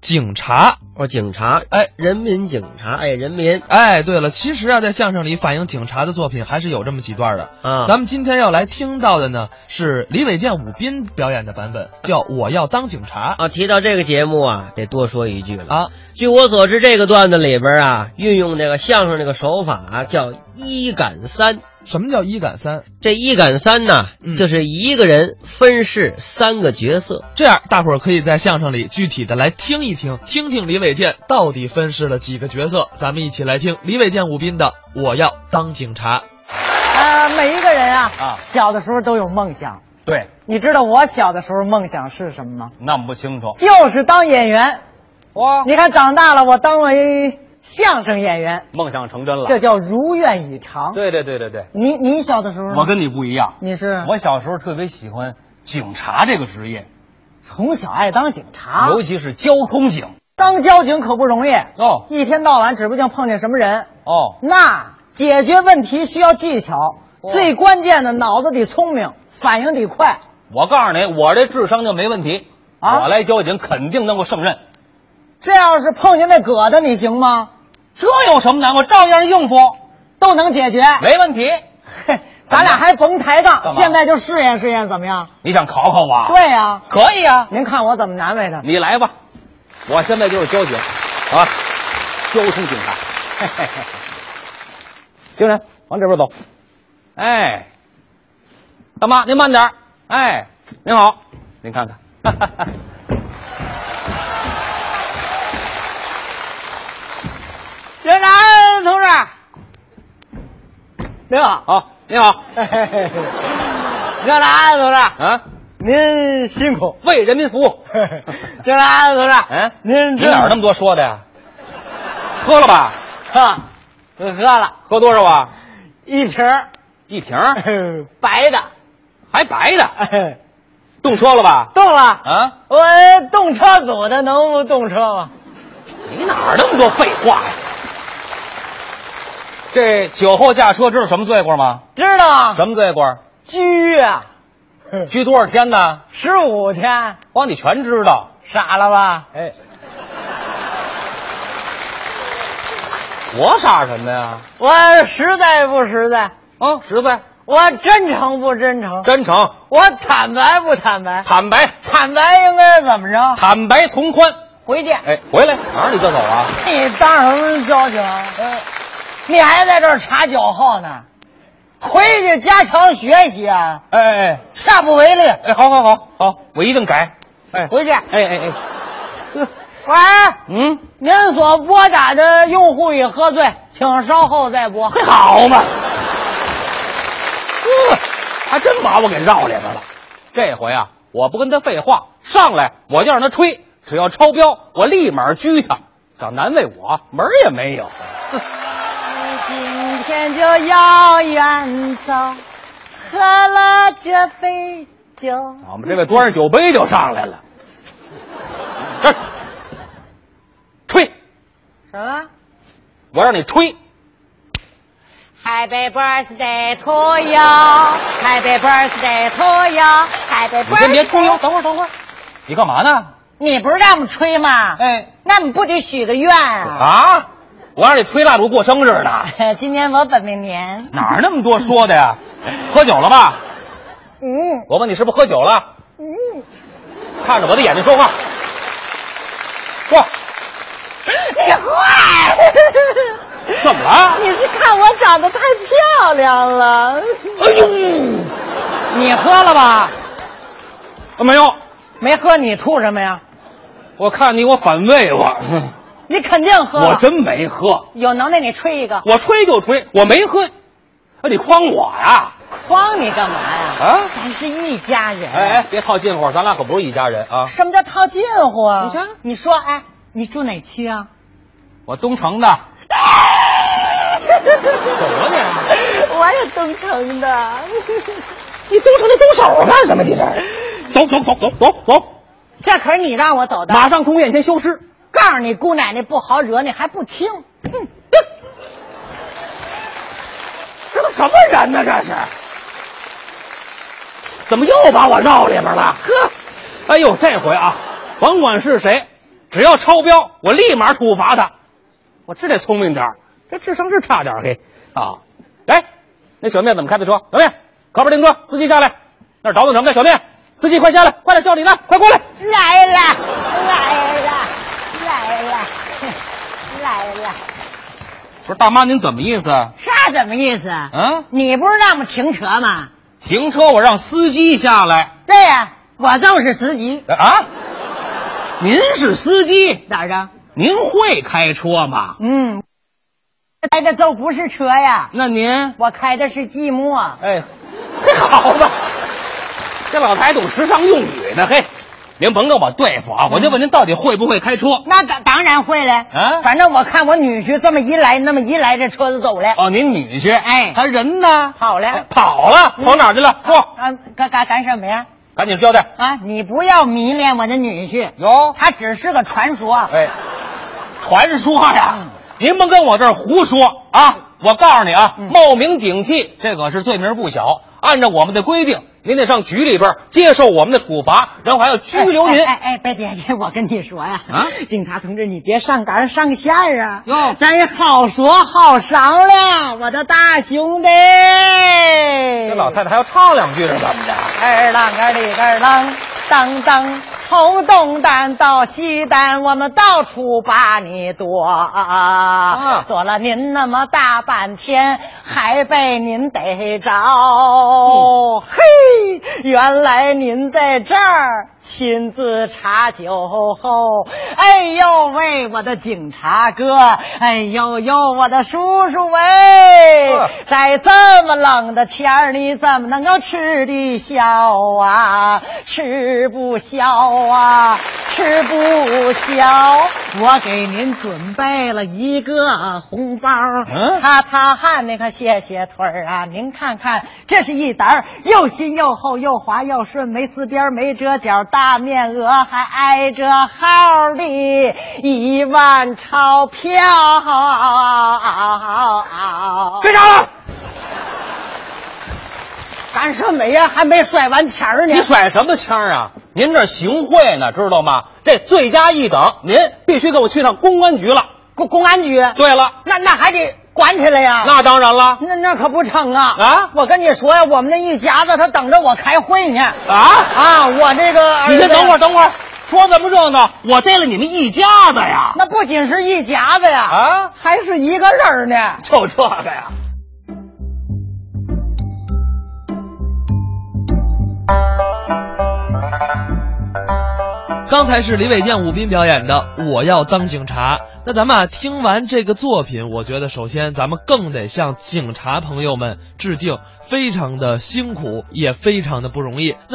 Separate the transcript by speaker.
Speaker 1: 警察。
Speaker 2: 哦，警察，
Speaker 1: 哎，
Speaker 2: 人民警察，哎，人民
Speaker 1: 哎，对了，其实啊，在相声里反映警察的作品还是有这么几段的。
Speaker 2: 啊，
Speaker 1: 咱们今天要来听到的呢，是李伟健、武斌表演的版本，叫《我要当警察》
Speaker 2: 啊，提到这个节目啊，得多说一句了。
Speaker 1: 啊。
Speaker 2: 据我所知，这个段子里边啊，运用这个相声这个手法、啊、叫一赶三。
Speaker 1: 什么叫一赶三？
Speaker 2: 这一赶三呢、
Speaker 1: 嗯
Speaker 2: 就是一个人分饰三个角色。
Speaker 1: 这样，大伙儿可以在相声里具体的来听一听，听听李伟健到底分饰了几个角色。咱们一起来听李伟健、武斌的《我要当警察》。
Speaker 3: 呃，每一个人啊，
Speaker 4: 啊
Speaker 3: 小的时候都有梦想。
Speaker 4: 对，
Speaker 3: 你知道我小的时候梦想是什么吗？
Speaker 4: 弄不清楚。
Speaker 3: 就是当演员。
Speaker 4: 哇，
Speaker 3: 你看，长大了我当为相声演员，
Speaker 4: 梦想成真了。
Speaker 3: 这叫如愿以偿。，
Speaker 4: 对对对对对，
Speaker 3: 你你小的时候呢，
Speaker 4: 我跟你不一样。
Speaker 3: 嗯你是
Speaker 4: 我小时候特别喜欢警察这个职业，
Speaker 3: 从小爱当警察，
Speaker 4: 尤其是交通警。
Speaker 3: 当交警可不容易，
Speaker 4: 哦
Speaker 3: 一天到晚指不定碰见什么人。
Speaker 4: 哦，
Speaker 3: 那解决问题需要技巧，
Speaker 4: 哦
Speaker 3: 最关键的脑子得聪明，反应得快。
Speaker 4: 我告诉你，我这智商就没问题。
Speaker 3: 啊
Speaker 4: 我来交警肯定能够胜任。
Speaker 3: 这要是碰见那疙瘩，你行吗？
Speaker 4: 这有什么难？我照样应付，
Speaker 3: 都能解决。
Speaker 4: 没问题。
Speaker 3: 嘿，咱俩还甭抬杠，
Speaker 4: 干嘛啊
Speaker 3: 现在就试验试验，怎么样？
Speaker 4: 你想考考我？，
Speaker 3: 对呀、
Speaker 4: 可以啊。
Speaker 3: 您看我怎么难为他？
Speaker 4: 你来吧，我现在就是交警啊，交通警察。 嘿嘿嘿行人，往这边走。哎，大妈，您慢点儿。哎，您好，您看 看。
Speaker 3: 警察同志，您好，
Speaker 4: 好，您好
Speaker 3: 警察同志，
Speaker 4: 啊，
Speaker 3: 您辛苦。
Speaker 4: 为人民服务。
Speaker 3: 警察同志，
Speaker 4: 嗯，
Speaker 3: 您
Speaker 4: 你哪儿那么多说的呀？喝了吧？
Speaker 3: 喝？我喝了
Speaker 4: 喝多少啊？
Speaker 3: 一瓶儿
Speaker 4: 一瓶儿，
Speaker 3: 白的，
Speaker 4: 还白的。
Speaker 3: 哎
Speaker 4: 动车了吧？
Speaker 3: 动了。
Speaker 4: 啊，
Speaker 3: 我动车组的能不动车吗？
Speaker 4: 你哪儿那么多废话呀？这酒后驾车知道什么罪过吗？
Speaker 3: 知道啊，
Speaker 4: 什么罪过？
Speaker 3: 拘啊，
Speaker 4: 拘多少天呢？
Speaker 3: 十五天，
Speaker 4: 哇，你全知道。
Speaker 3: 傻了吧？
Speaker 4: 哎，我傻什么呀？
Speaker 3: 我实在不实在，
Speaker 4: 啊，实在、
Speaker 3: 我真诚不真诚，
Speaker 4: 真诚、
Speaker 3: 我坦白不坦白，
Speaker 4: 坦白、
Speaker 3: 坦白应该怎么着？
Speaker 4: 坦白从宽。
Speaker 3: 回见。
Speaker 4: 哎，回来哪儿你就走啊？
Speaker 3: 你当什么交警？
Speaker 4: 哎
Speaker 3: 你还在这儿查酒后呢？回去加强学习啊，
Speaker 4: 哎哎
Speaker 3: 下不为例。
Speaker 4: 哎，好好好好，我一定改。哎
Speaker 3: 回去。
Speaker 4: 哎哎哎，
Speaker 3: 喂，
Speaker 4: 嗯，
Speaker 3: 您所拨打的用户已喝醉，请稍后再拨。
Speaker 4: 好嘛，呵，还真把我给绕里边了。这回啊，我不跟他废话，上来我就让他吹，只要超标，我立马拘他。想难为我，门儿也没有。
Speaker 3: 今天就要远走，喝了这杯酒。
Speaker 4: 我们这位端着酒杯就上来了，这儿吹，
Speaker 3: 什么？
Speaker 4: 我让你吹，
Speaker 3: Happy birthday to you, Happy birthday to you, Happy
Speaker 4: 你先别
Speaker 3: birthday-
Speaker 4: 吹哟，等会儿等会儿，你干嘛呢？
Speaker 3: 你不是让我们吹吗？
Speaker 4: 哎
Speaker 3: 那你不得许个愿啊？
Speaker 4: 啊，我让你吹蜡烛过生日呢，
Speaker 3: 今年我本命年，
Speaker 4: 哪儿那么多说的呀？喝酒了吧？
Speaker 3: 嗯
Speaker 4: 我问你是不是喝酒了？
Speaker 3: 嗯，
Speaker 4: 看着我的眼睛说话，说
Speaker 3: 你坏，
Speaker 4: 怎么了？
Speaker 3: 你是看我长得太漂亮了？
Speaker 4: 哎呦，
Speaker 3: 你喝了吧？
Speaker 4: 啊没有，
Speaker 3: 没喝你吐什么呀？
Speaker 4: 我看你我反胃我，
Speaker 3: 你肯定喝了。
Speaker 4: 我真没喝，
Speaker 3: 有能耐，你吹一个，
Speaker 4: 我吹就吹，我没喝，啊你诓我呀？
Speaker 3: 诓你干嘛呀？
Speaker 4: 啊？
Speaker 3: 咱是一家人。
Speaker 4: 哎哎，别套近乎，咱俩可不是一家人啊！
Speaker 3: 什么叫套近乎啊？
Speaker 4: 你说
Speaker 3: 你说，哎，你住哪区啊？
Speaker 4: 我东城的，哎怎么了
Speaker 3: 我也东城的。
Speaker 4: 你？你东城的动手干什么？你这，走走走走走走，
Speaker 3: 这可是你让我走的。
Speaker 4: 马上从眼前消失。
Speaker 3: 告诉你，姑奶奶不好惹，你还不听。哼
Speaker 4: 这都什么人呢？这是？怎么又把我绕里边了？呵，哎呦，这回啊，甭管是谁，只要超标，我立马处罚他。我这得聪明点儿这智商是差点儿嘿啊！来，那小面怎么开的车？小面，靠边停车，司机下来。那儿倒腾什么呢？小面，司机快下来，快点叫你来，快过来。
Speaker 3: 来了，来了，来了，来了，
Speaker 4: 不是大妈，您怎么意思？啊
Speaker 3: 啥怎么意思？啊？
Speaker 4: 嗯，
Speaker 3: 你不是让我们停车吗？
Speaker 4: 停车，我让司机下来。
Speaker 3: 对呀、我就是司机，
Speaker 4: 啊，您是司机，
Speaker 3: 咋着？
Speaker 4: 您会开车吗？
Speaker 3: 嗯，开的都不是车呀，
Speaker 4: 那您，
Speaker 3: 我开的是寂寞。
Speaker 4: 哎，嘿，好吧，这老台懂时尚用语呢，嘿，您甭跟我对付啊，我就问您到底会不会开车？
Speaker 3: 那当当然会了
Speaker 4: 啊
Speaker 3: 反正我看我女婿这么一来，那么一来，这车子走了，
Speaker 4: 哦，您女婿，
Speaker 3: 哎
Speaker 4: 他人呢？
Speaker 3: 跑了。
Speaker 4: 哎跑了，跑哪儿去了？说，
Speaker 3: 啊，干干干什么呀？
Speaker 4: 赶紧交代。
Speaker 3: 啊，你不要迷恋我的女婿，
Speaker 4: 哟，
Speaker 3: 他只是个传说。
Speaker 4: 哎，传说呀，您甭跟我这儿胡说啊！我告诉你啊，冒名顶替这可是罪名不小。按照我们的规定，您得上局里边儿接受我们的处罚，然后还要拘留 您。
Speaker 3: 哎哎哎，别别别！我跟你说呀，
Speaker 4: 啊
Speaker 3: 警察同志，你别上纲上线儿啊！
Speaker 4: 哟
Speaker 3: 咱也好说好商量，我的大兄弟。
Speaker 4: 这老太太还要唱两句是怎么着？
Speaker 3: 二郎二里二郎，当当，从东单到西单，我们到处把你躲，啊躲了您那么大半天，还被您逮着。嘿，原来您在这儿亲自查酒后，哎呦喂，我的警察哥，哎呦呦，我的叔叔喂。
Speaker 4: 啊
Speaker 3: 在这么冷的天儿里，怎么能够吃得消啊？吃不消啊，吃不消！我给您准备了一个红包，
Speaker 4: 嗯
Speaker 3: 擦擦汗，那个谢谢腿儿啊！您看看，这是一沓儿又新又厚又滑又顺，没撕边儿没折角，大面额还挨着号儿的一万钞票。
Speaker 4: 别啥了？
Speaker 3: 干什么呀？还没甩完钱儿呢。
Speaker 4: 你甩什么腔儿啊？您这行贿呢，知道吗？这罪加一等，您必须给我去趟公安局了。
Speaker 3: 公公安局？
Speaker 4: 对了，
Speaker 3: 那那还得管起来呀。
Speaker 4: 那当然了
Speaker 3: 那那可不成啊！
Speaker 4: 啊
Speaker 3: 我跟你说呀，我们那一家子他等着我开会呢。
Speaker 4: 啊！
Speaker 3: 啊，我这个儿子
Speaker 4: 你先等会儿，，等会儿，说这么热闹，我逮了你们一家子呀！
Speaker 3: 那不仅是一家子呀，
Speaker 4: 啊，
Speaker 3: 还是一个人儿呢。
Speaker 4: 就这个呀。
Speaker 1: 刚才是李伟健、武斌表演的《我要当警察》。那咱们啊，听完这个作品，我觉得首先咱们更得向警察朋友们致敬，非常的辛苦，也非常的不容易。那么。